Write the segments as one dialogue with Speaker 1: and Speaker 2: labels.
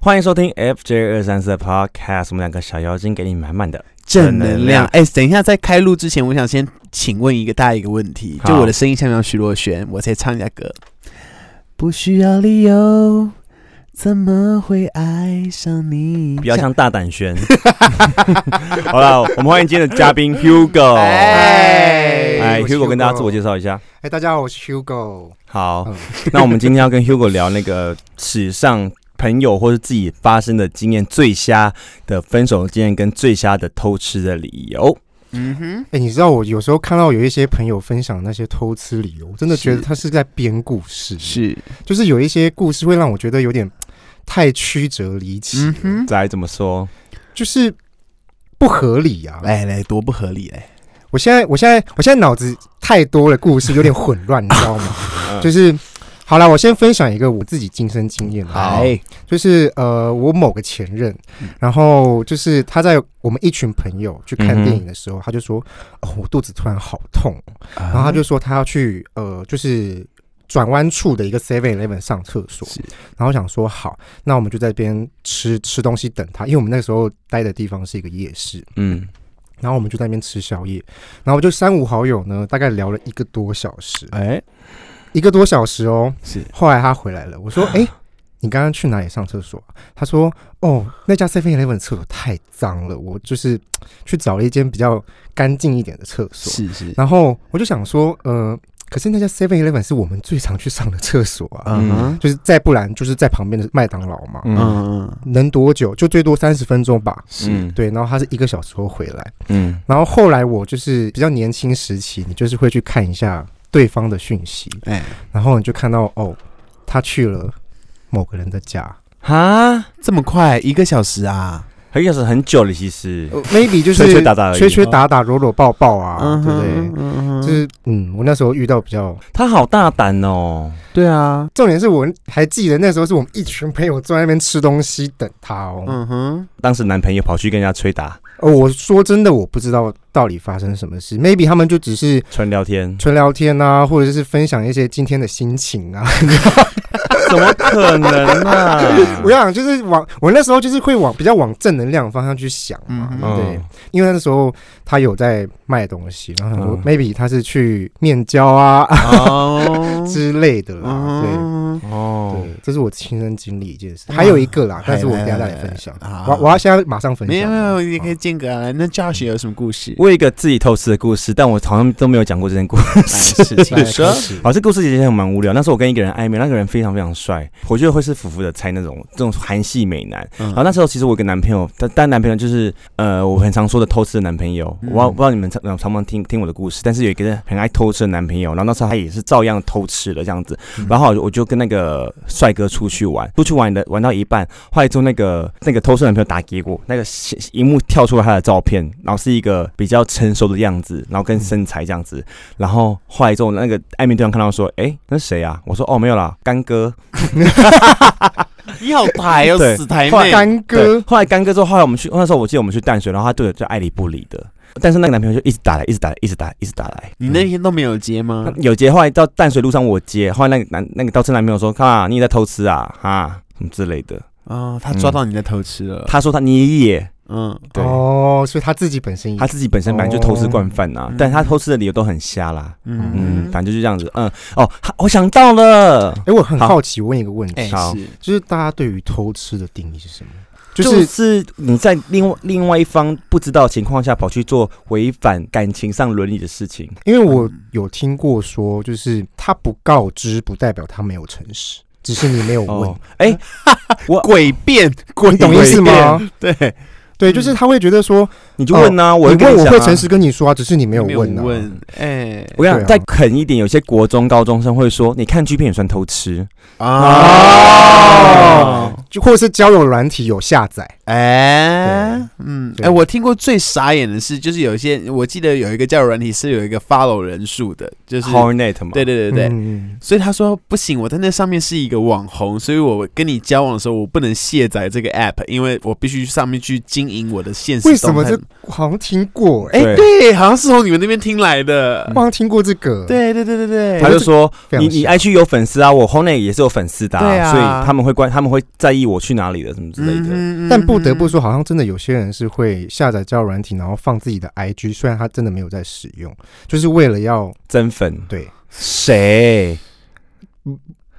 Speaker 1: 欢迎收听 FJ 二三四 Podcast，我们两个小妖精给你满满的。
Speaker 2: 正能量。哎、等一下，在开录之前，我想先请问一个大家一个问题，就
Speaker 1: 好
Speaker 2: 我的声音像不像徐若瑄？我再唱一下歌。不需要理由，怎么会爱上你？
Speaker 1: 比较像大胆 轩。好了，我们欢迎今天的嘉宾 Hugo。
Speaker 2: 哎
Speaker 1: 哎
Speaker 3: 我是
Speaker 1: ，Hugo 跟大家自我介绍一下。
Speaker 3: 哎、大家好，我是 Hugo。
Speaker 1: 好
Speaker 3: 嗯，
Speaker 1: 那我们今天要跟 Hugo 聊那个史上朋友或是自己发生的经验最瞎的分手经验跟最瞎的偷吃的理由。
Speaker 2: 嗯哼，
Speaker 3: 哎、你知道我有时候看到有一些朋友分享那些偷吃理由，我真的
Speaker 2: 是
Speaker 3: 觉得他是在编故事，
Speaker 2: 是，
Speaker 3: 就是有一些故事会让我觉得有点太曲折离奇，
Speaker 2: 嗯哼，
Speaker 1: 再来怎么说？
Speaker 3: 就是不合理啊！
Speaker 2: 来来，多不合理嘞！
Speaker 3: 我现在，我现在，我现在脑子太多了，故事有点混乱，你知道 吗？
Speaker 1: 嗯
Speaker 3: 就是好啦，我先分享一个我自己亲身经验啊，
Speaker 1: 好
Speaker 2: 哎
Speaker 3: 就是呃，我某个前任，
Speaker 1: 嗯
Speaker 3: 然后就是他在我们一群朋友去看
Speaker 1: 嗯哼啊
Speaker 3: 电影的时候，他就说：“哦，我肚子突然好痛。”哦然
Speaker 2: 啊
Speaker 3: 后他就说他要去呃，就是转弯处的一个 Seven Eleven 上厕所。
Speaker 2: 是
Speaker 3: 然后想说好，那我们就在这边吃吃东西等他，因为我们那个时候待的地方是一个夜市。
Speaker 1: 嗯，
Speaker 3: 然后我们就在那边吃宵夜，然后我就三五好友呢，大概聊了一个多小时，
Speaker 1: 哎，
Speaker 3: 一个多小时哦。
Speaker 1: 是
Speaker 3: 后来他回来了，我说：“哎、你刚刚去哪里上厕所啊、他说：“哦，那家 Seven Eleven 厕所太脏了，我就是嘖去找了一间比较干净一点的厕所。”
Speaker 2: 是是，
Speaker 3: 然后我就想说，呃，可是那家 Seven Eleven 是我们最常去上的厕所啊，
Speaker 2: 嗯哼，
Speaker 3: 就是再不然就是在旁边的麦当劳嘛，
Speaker 2: 嗯
Speaker 1: 嗯
Speaker 2: 嗯，
Speaker 3: 能多久就最多三十分钟吧。
Speaker 1: 嗯
Speaker 3: 对，然后他是一个小时后回来，
Speaker 1: 嗯，
Speaker 3: 然后后来我就是比较年轻时期，你就是会去看一下对方的讯息，
Speaker 2: 哎，
Speaker 3: 然后你就看到哦，他去了某个人的家、
Speaker 1: 哈，
Speaker 2: 这么快一个小时啊？
Speaker 1: 很也是很久了，其实。
Speaker 2: 哦
Speaker 3: 呃、，maybe 就是
Speaker 1: 吹吹打打而已哦
Speaker 3: 吹吹打打，揉揉抱抱啊，
Speaker 2: 嗯
Speaker 3: 对不
Speaker 2: 哼，
Speaker 3: 对？
Speaker 2: 嗯哼
Speaker 3: 就是嗯，我那时候遇到比较
Speaker 1: 他好大胆哦！
Speaker 2: 对啊，
Speaker 3: 重点是我还记得那时候是我们一群朋友坐在那边吃东西等他哦。
Speaker 2: 嗯哼，
Speaker 1: 当时男朋友跑去跟人家吹打、
Speaker 3: 哦，我说真的，我不知道到底发生什么事，maybe 他们就只是
Speaker 1: 纯聊天，
Speaker 3: 纯聊天啊，或者是分享一些今天的心情啊。
Speaker 1: 怎么可能 啊？
Speaker 3: 我想就是往我那时候就是会往比较往正能量的方向去想嘛，
Speaker 2: 嗯
Speaker 1: 嗯
Speaker 3: 对，因为那时候他有在卖东西，然后想说
Speaker 1: 嗯
Speaker 3: maybe 他是去面交啊
Speaker 2: 哦
Speaker 3: 之类的啦，对。
Speaker 2: 嗯，
Speaker 1: 哦，
Speaker 3: 对，这是我亲身经历一件事，
Speaker 2: 哇
Speaker 3: 还有一个啦，但是我
Speaker 2: 来
Speaker 3: 等一下
Speaker 2: 来
Speaker 3: 再来
Speaker 2: 来
Speaker 3: 分享。
Speaker 2: 好
Speaker 3: 我我要现在马上分享
Speaker 2: 哎没有
Speaker 3: 吗。
Speaker 2: 没有，你可以
Speaker 3: 好
Speaker 2: 间隔啊来。那 Josh 有什么故事？
Speaker 1: 我有一个自己偷吃的故事，但我好像都没有讲过这件故 事。
Speaker 2: 事情
Speaker 3: 来
Speaker 2: 说
Speaker 3: 开始
Speaker 1: 好，这故事其实很蛮无聊。那时候我跟一个人暧昧，那个人非常非常帅，我觉得会是福福的菜那种这种韩系美男。
Speaker 2: 嗯
Speaker 1: 然后那时候其实我有个男朋友，但但男朋友就是呃我很常说的偷吃的男朋友。我不知道
Speaker 2: 嗯
Speaker 1: 不知道你们常常不常听听我的故事，但是有一个人很爱偷吃的男朋友，然后那时候他也是照样偷吃了这样子
Speaker 2: 嗯。
Speaker 1: 然后我就跟那个帅哥出去玩，出去玩的玩到一半，后来之后那个那个偷吃的男朋友打给我，那个显荧幕跳出了他的照片，然后是一个比较成熟的样子，然后跟身材这样子。然后后来之后，那个暧昧对象看到说：“哎、那是谁啊？”我说：“哦，没有啦，干哥。
Speaker 2: 你好台 哦
Speaker 1: 对
Speaker 2: 死台
Speaker 3: 哇，
Speaker 2: 妹。
Speaker 3: 干”
Speaker 1: 对
Speaker 3: 哥，，
Speaker 1: 后来干哥之后，后来我们去那时候我记得我们去淡水，然后他对我就爱理不理的。但是那个男朋友就一直打来，一直打来，一直打来，一直打来。
Speaker 2: 你那天都没有接
Speaker 3: 嗯
Speaker 2: 吗？
Speaker 1: 有接，后来到淡水路上我接，后来那个男那个到车男朋友说：“看、啊，你也在偷吃啊，哈，什么之类的。
Speaker 2: 哦，他抓到你在偷吃”了。
Speaker 1: 他说他你也
Speaker 2: 嗯，
Speaker 1: 对，
Speaker 3: 哦，所以他自己本身也
Speaker 1: 他自己本身本来就偷吃惯犯啊，
Speaker 2: 哦
Speaker 1: 但他偷吃的理由都很瞎啦。嗯，
Speaker 2: 嗯
Speaker 1: 反正就是这样子。嗯，哦，哈我想到了，
Speaker 3: 哎、我很
Speaker 1: 好
Speaker 3: 好奇，问一个问题，
Speaker 2: 哎
Speaker 1: 好
Speaker 2: 是
Speaker 3: 就是大家对于偷吃的定义是什么？就
Speaker 1: 就是
Speaker 3: 是
Speaker 1: 是你在另外另外一方不知道的情况下跑去做违反感情上伦理的事情，
Speaker 3: 因为我有听过说，就是他不告知不代表他没有诚实，只是你没有问，
Speaker 1: 哦，哎、
Speaker 2: 诡辩，
Speaker 3: 你懂意思吗？
Speaker 2: 对，
Speaker 3: 对，就是他会觉得说，
Speaker 1: 你就问啊，我
Speaker 3: 哦你
Speaker 1: 就跟
Speaker 3: 问
Speaker 1: 你
Speaker 3: 我
Speaker 1: 讲啊
Speaker 3: 会诚实跟你说啊，只是你没有问啊。
Speaker 2: 问，哎
Speaker 1: 我跟你讲，
Speaker 3: 对啊
Speaker 1: 再狠一点，有些国中、高中生会说，你看 G 片也算偷吃，啊
Speaker 3: 啊
Speaker 2: 哦，
Speaker 3: 就啊或者是交友软体有下载，
Speaker 2: 哎，嗯，
Speaker 3: 对
Speaker 2: 哎，我听过最傻眼的是，就是有一些，我记得有一个交友软体是有一个 follow 人数的，就是
Speaker 1: Hornet 嘛，
Speaker 2: 对对对对，
Speaker 3: 嗯
Speaker 2: 所以他说不行，我在那上面是一个网红，所以我跟你交往的时候，我不能卸载这个 app，因为我必须上面去经营我的现实
Speaker 3: 为
Speaker 2: 动
Speaker 3: 什
Speaker 2: 态。
Speaker 3: 么这我好像听过、哎，
Speaker 2: 哎、
Speaker 1: 对
Speaker 2: 对，嗯好像是从你们那边听来的。
Speaker 3: 我好像听过这个，，
Speaker 2: 对对对对对，
Speaker 1: 他就说
Speaker 3: 非常
Speaker 1: 你你
Speaker 3: 像
Speaker 1: IG 有粉丝啊，我 Home 内也是有粉丝的、
Speaker 2: 对啊
Speaker 1: 所以他们会关，他们会在意我去哪里了什么之类的。
Speaker 2: 嗯
Speaker 3: 但不得不，说，好像真的有些人是会下载交友软体，然后放自己的 IG，虽然他真的没有在使用，就是为了要
Speaker 1: 真粉
Speaker 3: 对
Speaker 1: 谁？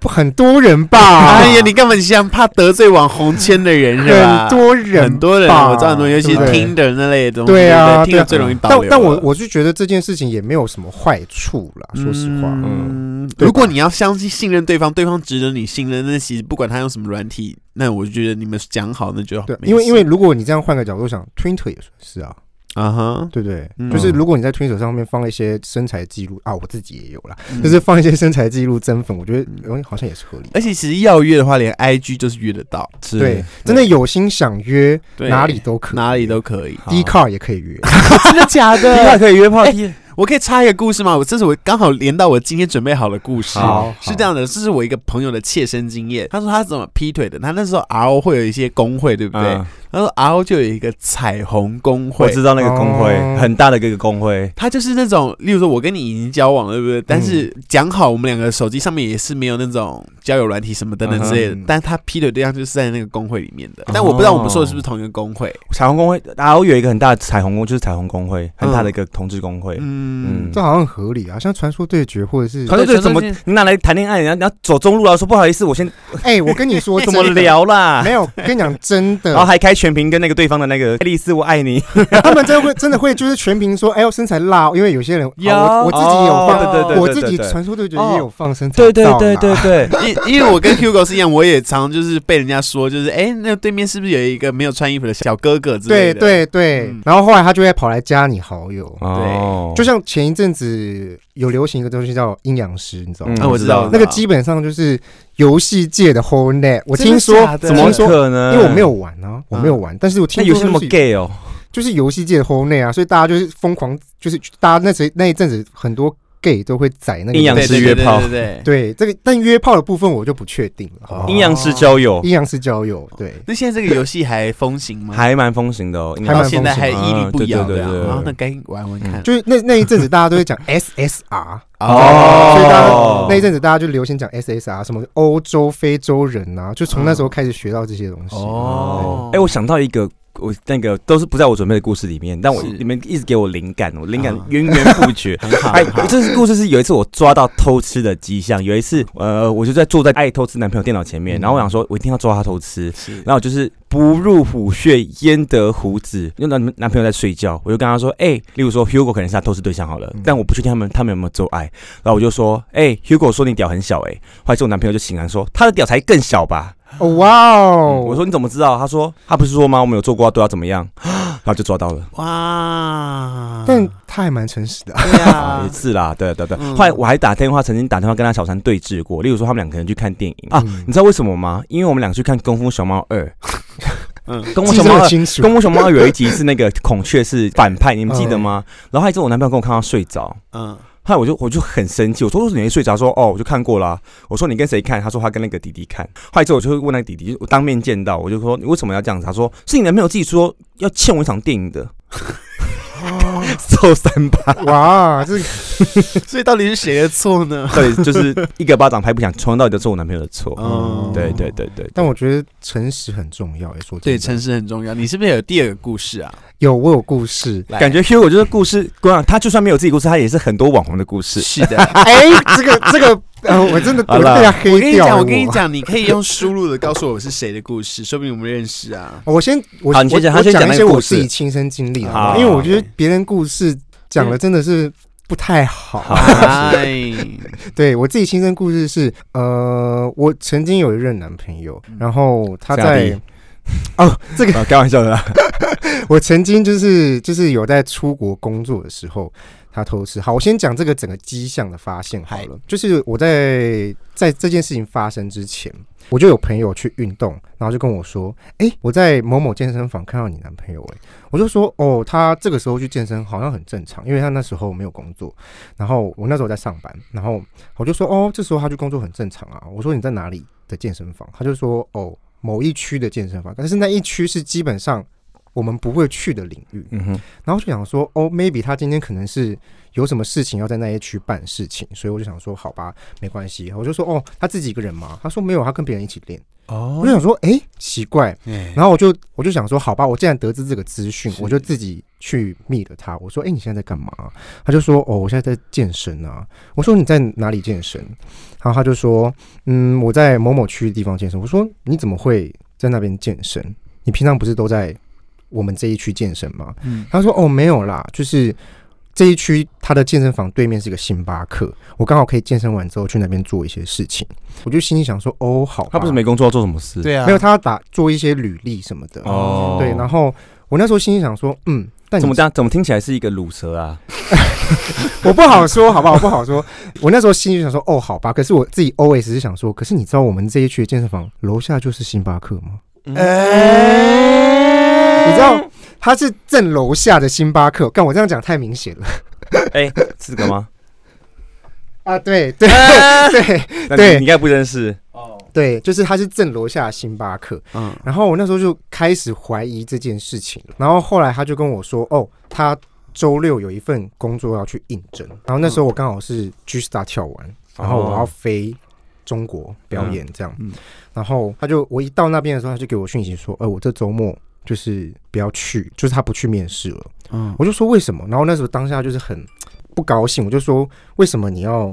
Speaker 3: 不很多人
Speaker 2: 嗯嗯嗯
Speaker 3: 吧？
Speaker 2: 哎呀，你根本像怕得罪网红圈的啊人是吧？
Speaker 3: 很多人，
Speaker 2: 很多人，我知道很多，尤其
Speaker 3: 对不对
Speaker 2: Tinder 那类的东西，
Speaker 3: 对啊，
Speaker 2: 听
Speaker 3: 对
Speaker 2: 了
Speaker 3: 啊
Speaker 2: 最容易导
Speaker 3: 但
Speaker 2: 流了。
Speaker 3: 但我我是觉得这件事情也没有什么坏处啦，说实话，
Speaker 2: 嗯，
Speaker 3: 对吧
Speaker 2: 如果你要相信信任对方，对方值得你信任，那其实不管他用什么软体，那我就觉得你们讲好，那就好
Speaker 3: 对，
Speaker 2: 没事
Speaker 3: 因为因为如果你这样换个角度想，Twitter 也算是啊，
Speaker 2: 啊哈，
Speaker 3: 对不对？
Speaker 2: 嗯
Speaker 3: 就是如果你在 Twitter 上面放一些身材记录啊，我自己也有啦，
Speaker 2: 嗯
Speaker 3: 就是放一些身材记录增粉，我觉得嗯好像也是合理的。
Speaker 2: 而且其实要约的话，连 IG 就是约得到，
Speaker 1: 是
Speaker 3: 对，真的有心想约，哪里都可以，
Speaker 2: 哪里都可以。
Speaker 1: 好
Speaker 3: 低卡也可 以约。
Speaker 2: 真的 假
Speaker 1: 第一块？可以约炮，
Speaker 2: 哎
Speaker 1: 第一
Speaker 2: 我可以插一个故事吗？我这是我刚好连到我今天准备好的故事。
Speaker 1: 好
Speaker 2: 是这样的，这是我一个朋友的切身经验。他说他怎么劈腿的？他那时候 RO 会有一些工会，对不对？
Speaker 3: 哎
Speaker 1: 嗯
Speaker 2: 他说 RO 就有一个彩虹工
Speaker 1: 我
Speaker 2: 会，
Speaker 1: 知道那个工会、
Speaker 3: 哦
Speaker 1: 很大的一个工会，
Speaker 2: 他就是那种，例如说，我跟你已经交往了，对不对？但是
Speaker 3: 嗯
Speaker 2: 讲好，我们两个手机上面也是没有那种交友软体什么等等之类的。
Speaker 3: 嗯哼哦
Speaker 2: 但他劈腿对象就是在那个工会里面的，但我不知道我们说的是不是同一个工会。
Speaker 1: 彩虹工会，然后有一个很大的彩虹工，就是彩虹工会，很大的一个同志工会。
Speaker 2: 嗯
Speaker 1: 嗯，
Speaker 3: 这好像合理啊，像传说对决或者是
Speaker 1: 团队
Speaker 2: 对
Speaker 1: 怎么
Speaker 2: 传说是
Speaker 1: 你哪来谈恋爱？你要你要走中路啊？说不好意思，我先
Speaker 3: 哎，我跟你说
Speaker 1: 怎么
Speaker 3: 真的
Speaker 1: 聊
Speaker 2: 啊
Speaker 1: 啦
Speaker 3: 没？有，跟你讲 真
Speaker 1: 然后
Speaker 3: 的，
Speaker 1: 还开全屏跟那个对方的那个爱丽丝，我爱你。
Speaker 3: 他们真的会 真的会就是全屏说，哎呦身材辣哦，因为有些人啊
Speaker 2: 有
Speaker 3: 我我自己有
Speaker 1: 哦
Speaker 3: 放，
Speaker 1: 对对对对
Speaker 3: 我自己
Speaker 1: 对对
Speaker 3: 传说对决
Speaker 1: 哦
Speaker 3: 也有放身材
Speaker 1: 对对
Speaker 3: 照啦
Speaker 1: 对对对，
Speaker 2: 因因为我跟 Hugo 是一样，我也常就是被人家说，就是哎，那对面是不是有一个没有穿衣服的小哥哥之类
Speaker 3: 对
Speaker 2: 的？
Speaker 3: 对对
Speaker 2: 嗯，
Speaker 3: 然后后来他就会跑来加你好友，
Speaker 1: 哦
Speaker 3: 就像前一阵子有流行一个东西叫阴阳师，你知道吗
Speaker 1: 嗯？
Speaker 2: 啊，我知道
Speaker 3: 那个基本上就是游戏界的 whole net，我听说
Speaker 2: 真的假的
Speaker 1: 怎
Speaker 3: 我
Speaker 1: 么
Speaker 3: 听说
Speaker 1: 可能？嗯
Speaker 3: 因为我没有玩啊，我没有玩，但是我听
Speaker 1: 那
Speaker 3: 说
Speaker 1: 游戏那么
Speaker 3: 就是
Speaker 1: gay 哦，
Speaker 3: 就是游戏界的 whole 内啊，所以大家就是疯狂，就是大家那时那一阵子很多 gay 都会宰那个
Speaker 1: 阴阳
Speaker 2: 对
Speaker 1: 师
Speaker 2: 对
Speaker 1: 约
Speaker 2: 对
Speaker 1: 炮
Speaker 2: 对对对。
Speaker 3: 对这个，但约炮的部分我就不确定了。好不好
Speaker 1: 阴阳师交友
Speaker 3: 阴阳师交友，对，
Speaker 2: 那现在这个游戏还风行吗？
Speaker 1: 还蛮风行的哦，阴
Speaker 3: 还
Speaker 1: 阳
Speaker 2: 到
Speaker 3: 蛮
Speaker 1: 师
Speaker 2: 现在还屹立不摇
Speaker 1: 嗯对对
Speaker 2: 的
Speaker 1: 对对对
Speaker 2: 啊，啊那该玩玩看。
Speaker 3: 就是那那一阵子大家都会讲 SSR，
Speaker 1: 哦
Speaker 3: 所以大
Speaker 1: 哦
Speaker 3: 家那一阵子大家就流行讲 SSR，什么欧洲、非洲人啊，就从那时候开始学到这些东西。
Speaker 2: 哦
Speaker 1: 哎、我想到一个，我那个都是不在我准备的故事里面，但我
Speaker 2: 是
Speaker 1: 你们一直给我灵感，我灵感
Speaker 2: 啊。
Speaker 1: 源源不绝
Speaker 2: 很好，
Speaker 1: 哎
Speaker 2: 很好，
Speaker 1: 这是故事是有一次我抓到偷吃的迹象。有一次，呃，我就在坐在爱偷吃男朋友电脑前面，
Speaker 2: 嗯
Speaker 1: 然后我想说，我一定要抓他偷吃。
Speaker 2: 是
Speaker 1: 然后我就是不入虎穴，焉得虎
Speaker 3: 嗯
Speaker 1: 子。因为男男朋友在睡觉，我就跟他说：“哎、例如说 Hugo 可能是他偷吃对象好了，
Speaker 3: 嗯
Speaker 1: 但我不确定他们他们有没有做爱。”然后我就说：“哎、h u g o 说你屌很小哎、后来之后我男朋友就醒来说：“他的屌才更小吧。”
Speaker 3: 哦，哇哦！
Speaker 1: 嗯我说你怎么知道？他说他不是说吗？我们有做过啊，对啊，怎么样？ 然后就抓到了，
Speaker 2: 哇，
Speaker 3: 但他还蛮诚实的啊，
Speaker 2: 对
Speaker 1: 啊，
Speaker 2: 啊
Speaker 1: 一，次啦，对对对。
Speaker 2: 嗯
Speaker 1: 后来我还打电话，曾经打电话跟他小三对峙过，例如说他们两个人去看电影啊，
Speaker 3: 嗯
Speaker 1: 你知道为什么吗？因为我们俩去看《功夫熊猫二》，
Speaker 2: 嗯
Speaker 1: 《功夫
Speaker 3: 记
Speaker 1: 熊
Speaker 3: 这
Speaker 1: 猫二
Speaker 3: 么》。清楚
Speaker 1: 《功夫熊猫二》有一集是那个孔雀是反派，你们记得吗？然后还是我男朋友跟我看到睡着，
Speaker 2: 嗯，
Speaker 1: 后来我就我就很生气，我说为什么你会睡着？他说哦，我就看过啦、我说你跟谁看？他说他跟那个弟弟看。后来之后我就会问那个弟弟，我当面见到，我就说你为什么要这样子？他说是你男朋友自己说要欠我一场电影的， 受三巴，
Speaker 3: 哇，这
Speaker 2: 所以到底是谁的错呢？
Speaker 1: 对，就是一个巴掌拍不响，从头到底都是我男朋友的错。
Speaker 2: 嗯，
Speaker 1: 对对对对，
Speaker 3: 但我觉得诚实很重要，欸也说真
Speaker 2: 对，
Speaker 3: 的
Speaker 2: 诚实很重要。你是不是有第二个故事啊？，
Speaker 3: 有我有故事
Speaker 2: 来
Speaker 1: 感觉 Hugo 就是故事，光想他就算没有自己故事，他也是很多网红的故事。
Speaker 2: 是的。
Speaker 3: 哎，这个这个，呃，我真的
Speaker 1: 好
Speaker 3: 我
Speaker 1: 啦
Speaker 3: 被他
Speaker 2: 我跟
Speaker 3: 黑
Speaker 2: 你
Speaker 3: 掉
Speaker 2: 讲，
Speaker 3: 了。
Speaker 2: 我跟你讲，你可以用输入的告诉我是谁的故事，说 不定我们认识 啊。
Speaker 3: 我，我先我
Speaker 1: 好你先
Speaker 3: 我
Speaker 1: 讲
Speaker 3: 我
Speaker 1: 他先
Speaker 3: 讲
Speaker 1: 讲
Speaker 3: 一
Speaker 1: 那
Speaker 3: 些
Speaker 1: 个
Speaker 3: 我
Speaker 1: 故事
Speaker 3: 自己亲身经历啊
Speaker 1: 好，
Speaker 3: 因为我觉得别人故事讲的真的是不太好。
Speaker 2: 哎，
Speaker 3: 对我自己亲身故事是，呃，我曾经有一任男朋友，
Speaker 1: 嗯
Speaker 3: 然后他
Speaker 1: 这样
Speaker 3: 在
Speaker 1: 比。
Speaker 3: 哦，这个
Speaker 1: 啊，开玩笑的啦，
Speaker 3: 我曾经就是就是有在出国工作的时候，他偷吃。好，我先讲这个整个迹象的发现好了。就是我在在这件事情发生之前，我就有朋友去运动，然后就跟我说：“哎、我在某某健身房看到你男朋友。”哎，我就说：“哦，他这个时候去健身好像很正常，因为他那时候没有工作。然后我那时候在上班，然后我就说：哦，这时候他去工作很正常啊。我说你在哪里的健身房？他就说：哦，某一区的健身房，但是那一区是基本上我们不会去的领域。
Speaker 1: 嗯哼，
Speaker 3: 然后就想说，哦，maybe 他今天可能是有什么事情要在那一区办事情，所以我就想说，好吧，没关系。我就说，哦，他自己一个人吗？他说没有，他跟别人一起练。
Speaker 2: 哦
Speaker 3: 我就想说，哎、奇怪。
Speaker 2: 哎
Speaker 3: 然后我就我就想说，好吧，我既然得知这个资讯，
Speaker 2: 是
Speaker 3: 我就自己去密了他。我说，哎、你现在在干嘛？他就说，哦，我现在在健身啊。我说你在哪里健身？然后他就说，嗯，我在某某区的地方健身。我说你怎么会在那边健身？你平常不是都在我们这一区健身吗？
Speaker 2: 嗯
Speaker 3: 他说：“哦，没有啦，就是这一区他的健身房对面是个星巴克，我刚好可以健身完之后去那边做一些事情。”我就心里想说：“哦，好吧，
Speaker 1: 他不是没工作要做什么事？
Speaker 2: 对啊，
Speaker 3: 没有，他要打做一些履历什么的。
Speaker 1: 哦，
Speaker 3: 对，然后我那时候心里想说：“嗯，但你
Speaker 1: 怎么这样？怎么听起来是一个卤蛇啊？
Speaker 3: 我不好说，好不好？不好说。我那时候心里想说：‘哦，好吧。’可是我自己 always 是想说：‘可是你知道我们这一区的健身房楼下就是星巴克吗？’
Speaker 1: 嗯
Speaker 2: 哎
Speaker 3: 你知道它是正楼下的星巴克。干我这样讲太明显了
Speaker 1: 哎，是这个 吗？
Speaker 3: 啊！对 对
Speaker 2: 啊
Speaker 3: 对
Speaker 1: 那你
Speaker 3: 对
Speaker 1: 你应该不认识。
Speaker 3: 对，就是它是正楼下的星巴克。”
Speaker 2: 嗯，
Speaker 3: 然后我那时候就开始怀疑这件事情了。然后后来他就跟我说，哦，他周六有一份工作要去应征。然后那时候我刚好是 G Star 跳完，然后
Speaker 1: 哦
Speaker 3: 我要飞中国表演这样。
Speaker 2: 哦嗯嗯
Speaker 3: 然后他就我一到那边的时候，他就给我讯息说，呃，我这周末就是不要去，就是他不去面试了。
Speaker 2: 嗯，
Speaker 3: 我就说为什么？然后那时候当下就是很不高兴，我就说为什么你要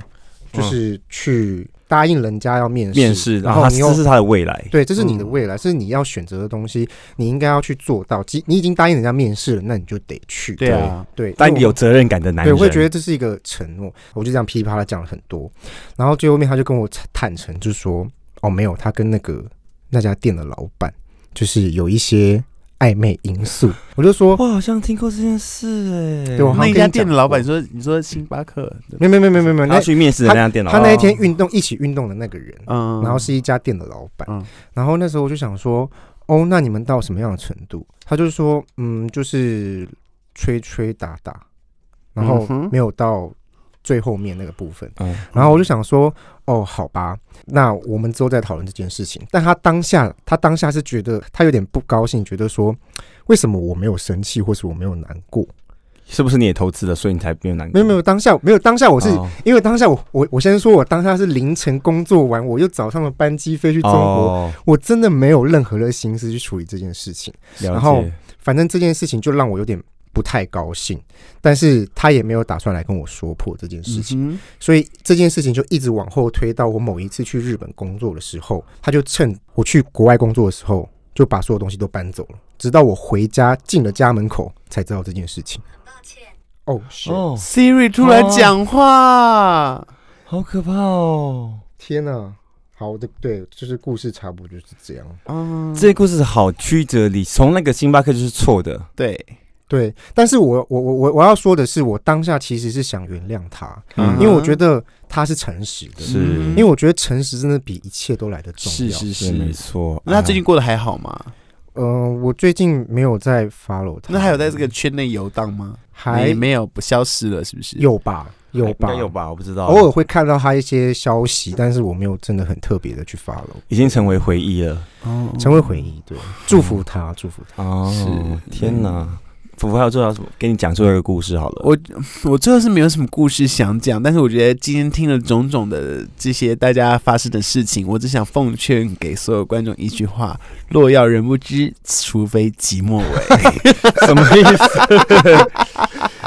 Speaker 3: 就是去答应人家要面
Speaker 1: 嗯
Speaker 3: 试，
Speaker 1: 面试，
Speaker 3: 然
Speaker 1: 然
Speaker 3: 后
Speaker 1: 后他
Speaker 3: 你又
Speaker 1: 这是他的未来。
Speaker 3: 对，这是你的
Speaker 2: 嗯
Speaker 3: 未来，这是你要选择的东西，你应该要去做到。即你已经答应人家面试了，那你就得去。
Speaker 2: 对啊，
Speaker 3: 对，
Speaker 1: 但
Speaker 3: 因为
Speaker 1: 有责任感的男
Speaker 3: 对，
Speaker 1: 人，
Speaker 3: 我会觉得这是一个承诺。我就这样噼里啪啦讲了很多，然后最后面他就跟我坦诚，就说：“哦，没有，他跟那个那家店的老板就是有一些暧昧因素。”我就说
Speaker 1: 我好像听过这件事哎。
Speaker 3: 对我好
Speaker 2: 那
Speaker 3: 像
Speaker 2: 一
Speaker 3: 跟
Speaker 2: 家
Speaker 3: 你
Speaker 2: 店的
Speaker 3: 讲
Speaker 2: 老
Speaker 3: 过
Speaker 2: 板说，你说星巴克，：“对
Speaker 3: 没有没有没有没有没有没有，
Speaker 1: 他
Speaker 3: 那
Speaker 1: 去面试的那家店老
Speaker 3: 他
Speaker 1: 板，
Speaker 3: 那一天运动一起运动的那个人，
Speaker 2: 哦嗯，
Speaker 3: 然后是一家店的老板。
Speaker 2: 嗯
Speaker 3: 然后那时候我就想说，哦，那你们到什么样的程度？他就说，嗯，就是吹吹打打，然后
Speaker 2: 嗯哼
Speaker 3: 没有到最后面那个部分。
Speaker 1: 嗯，
Speaker 3: 然后我就想说，哦，好吧，那我们之后再讨论这件事情。但他当下，他当下是觉得他有点不高兴，觉得说，为什么我没有生气，或是我没有难过？
Speaker 1: 是不是你也投资了，所以你才没有难过？
Speaker 3: 没有没有，当下没有当下，我是、
Speaker 1: 哦
Speaker 3: 因为当下我我我先说，我当下是凌晨工作完，我又早上的班机飞去中国，
Speaker 1: 哦
Speaker 3: 我真的没有任何的心思去处理这件事情。
Speaker 1: 了
Speaker 3: 然后
Speaker 1: 解
Speaker 3: 反正这件事情就让我有点不太高兴，但是他也没有打算来跟我说破这件事情，
Speaker 2: 情，
Speaker 3: 所以这件事情就一直往后推到我某一次去日本工作的时候，他就趁我去国外工作的时候，就把所有东西都搬走了，直到我回家进了家门口才知道这件事情。抱歉，哦，
Speaker 1: 哦，
Speaker 2: Siri 突然讲话，
Speaker 1: 好可怕哦！
Speaker 3: 天哪、好的，对，就是故事差不多就是这样。
Speaker 2: 嗯，
Speaker 1: 这个故事好曲折离，从那个星巴克就是错的，
Speaker 2: 对，
Speaker 3: 对，但是我我我我我要说的是，我当下其实是想原谅他，
Speaker 1: 嗯
Speaker 3: 因为我觉得他是诚实的，
Speaker 1: 是
Speaker 2: 嗯
Speaker 3: 因为我觉得诚实真的比一切都来得重要。
Speaker 2: 是
Speaker 1: 是没错。啊
Speaker 2: 那他最近过得还好吗？
Speaker 3: 嗯、我最近没有在 follow 他，
Speaker 2: 那还有在这个圈内游荡吗？
Speaker 3: 还
Speaker 2: 你没有不消失了，是不是？
Speaker 3: 有吧，有
Speaker 1: 应
Speaker 3: 吧，
Speaker 1: 该有。吧？我不知道，
Speaker 3: 偶尔会看到他一些消息，但是我没有真的很特别的去 follow，
Speaker 1: 已经成为回忆了。
Speaker 2: 哦，
Speaker 3: 成为回忆。对，祝福他，祝福他。
Speaker 1: 哦，
Speaker 2: 是
Speaker 1: 天哪！福福还有最后要什么？给你讲最后一个故事好了。
Speaker 2: 我我最后是没有什么故事想讲，但是我觉得今天听了种种的这些大家发生的事情，我只想奉劝给所有观众一句话：若要人不知，除非己莫为。
Speaker 1: 什么意思？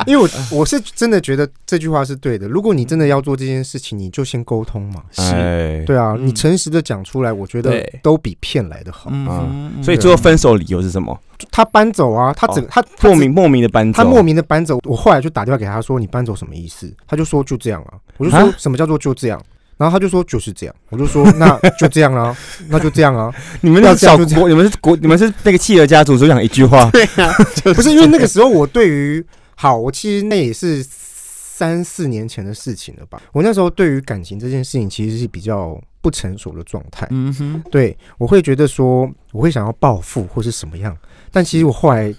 Speaker 3: 因为我我是真的觉得这句话是对的。如果你真的要做这件事情，你就先沟通嘛。
Speaker 2: 是，
Speaker 1: 哎，
Speaker 3: 对啊，
Speaker 2: 嗯
Speaker 3: 你诚实的讲出来，我觉得
Speaker 2: 对
Speaker 3: 都比骗来的好。
Speaker 2: 嗯
Speaker 1: 啊
Speaker 2: 哼，
Speaker 1: 所以最后分手理由是什么？
Speaker 3: 他搬走啊，他整、
Speaker 1: 哦
Speaker 3: 他他
Speaker 1: 莫名莫名的搬走，
Speaker 3: 他莫名的搬走，我后来就打电话给他说：“你搬走什么意思？”他就说：“就这样啊。”我就说
Speaker 1: 啊：“
Speaker 3: 什么叫做就这样？”然后他就说：“就是这样。”我 就说：“那就这样啊，那就这样啊。
Speaker 1: 你们
Speaker 3: 要
Speaker 1: 那
Speaker 3: 这样
Speaker 1: 小
Speaker 3: 就 这
Speaker 1: 国，你们是国，你们是那个企鹅家族，只讲一句话。
Speaker 2: 对啊，”
Speaker 3: 不是因为那个时候我对于好，我其实那也是三四年前的事情了吧。我那时候对于感情这件事情其实是比较不成熟的状态，
Speaker 2: 嗯哼，
Speaker 3: 对我会觉得说我会想要报复或是什么样，但其实我后来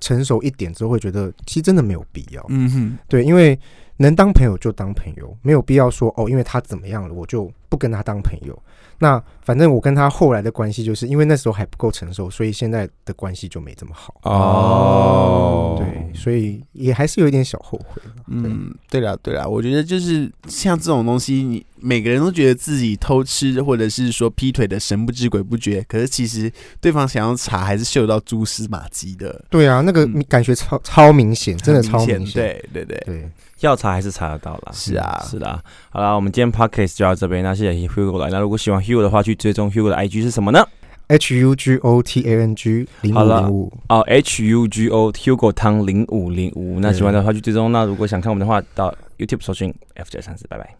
Speaker 3: 成熟一点之后，会觉得其实真的没有必要。
Speaker 2: 嗯哼，
Speaker 3: 对，因为能当朋友就当朋友，没有必要说哦，因为他怎么样了，我就不跟他当朋友。那反正我跟他后来的关系，就是因为那时候还不够成熟，所以现在的关系就没这么好。
Speaker 1: 哦，
Speaker 3: 对，所以也还是有一点小后悔。
Speaker 2: 嗯，对了对了，我觉得就是像这种东西，你每个人都觉得自己偷吃或者是说劈腿的神不知鬼不觉，可是其实对方想要查还是嗅到蛛丝马迹的，
Speaker 3: 对啊，那个
Speaker 2: 嗯
Speaker 3: 感觉超、超明显，真的
Speaker 2: 很
Speaker 3: 超明
Speaker 2: 显。对对对，
Speaker 3: 对，
Speaker 1: 要查还是查得到啦。
Speaker 2: 是啊
Speaker 1: 是啦。好啦，我们今天 podcast 就到这边，那谢谢 Hugo 来。那如果喜欢 Hugo 的话，去追踪 Hugo 的 IG 是什么呢？
Speaker 3: H U G O T A N G 零
Speaker 1: 好
Speaker 3: 五
Speaker 1: 了
Speaker 3: 零五，
Speaker 1: 哦，H U G O Hugo 汤零五零五。那喜欢的话去追踪。那如果想看我们的话，到 YouTube 搜寻 F 九三四，拜拜。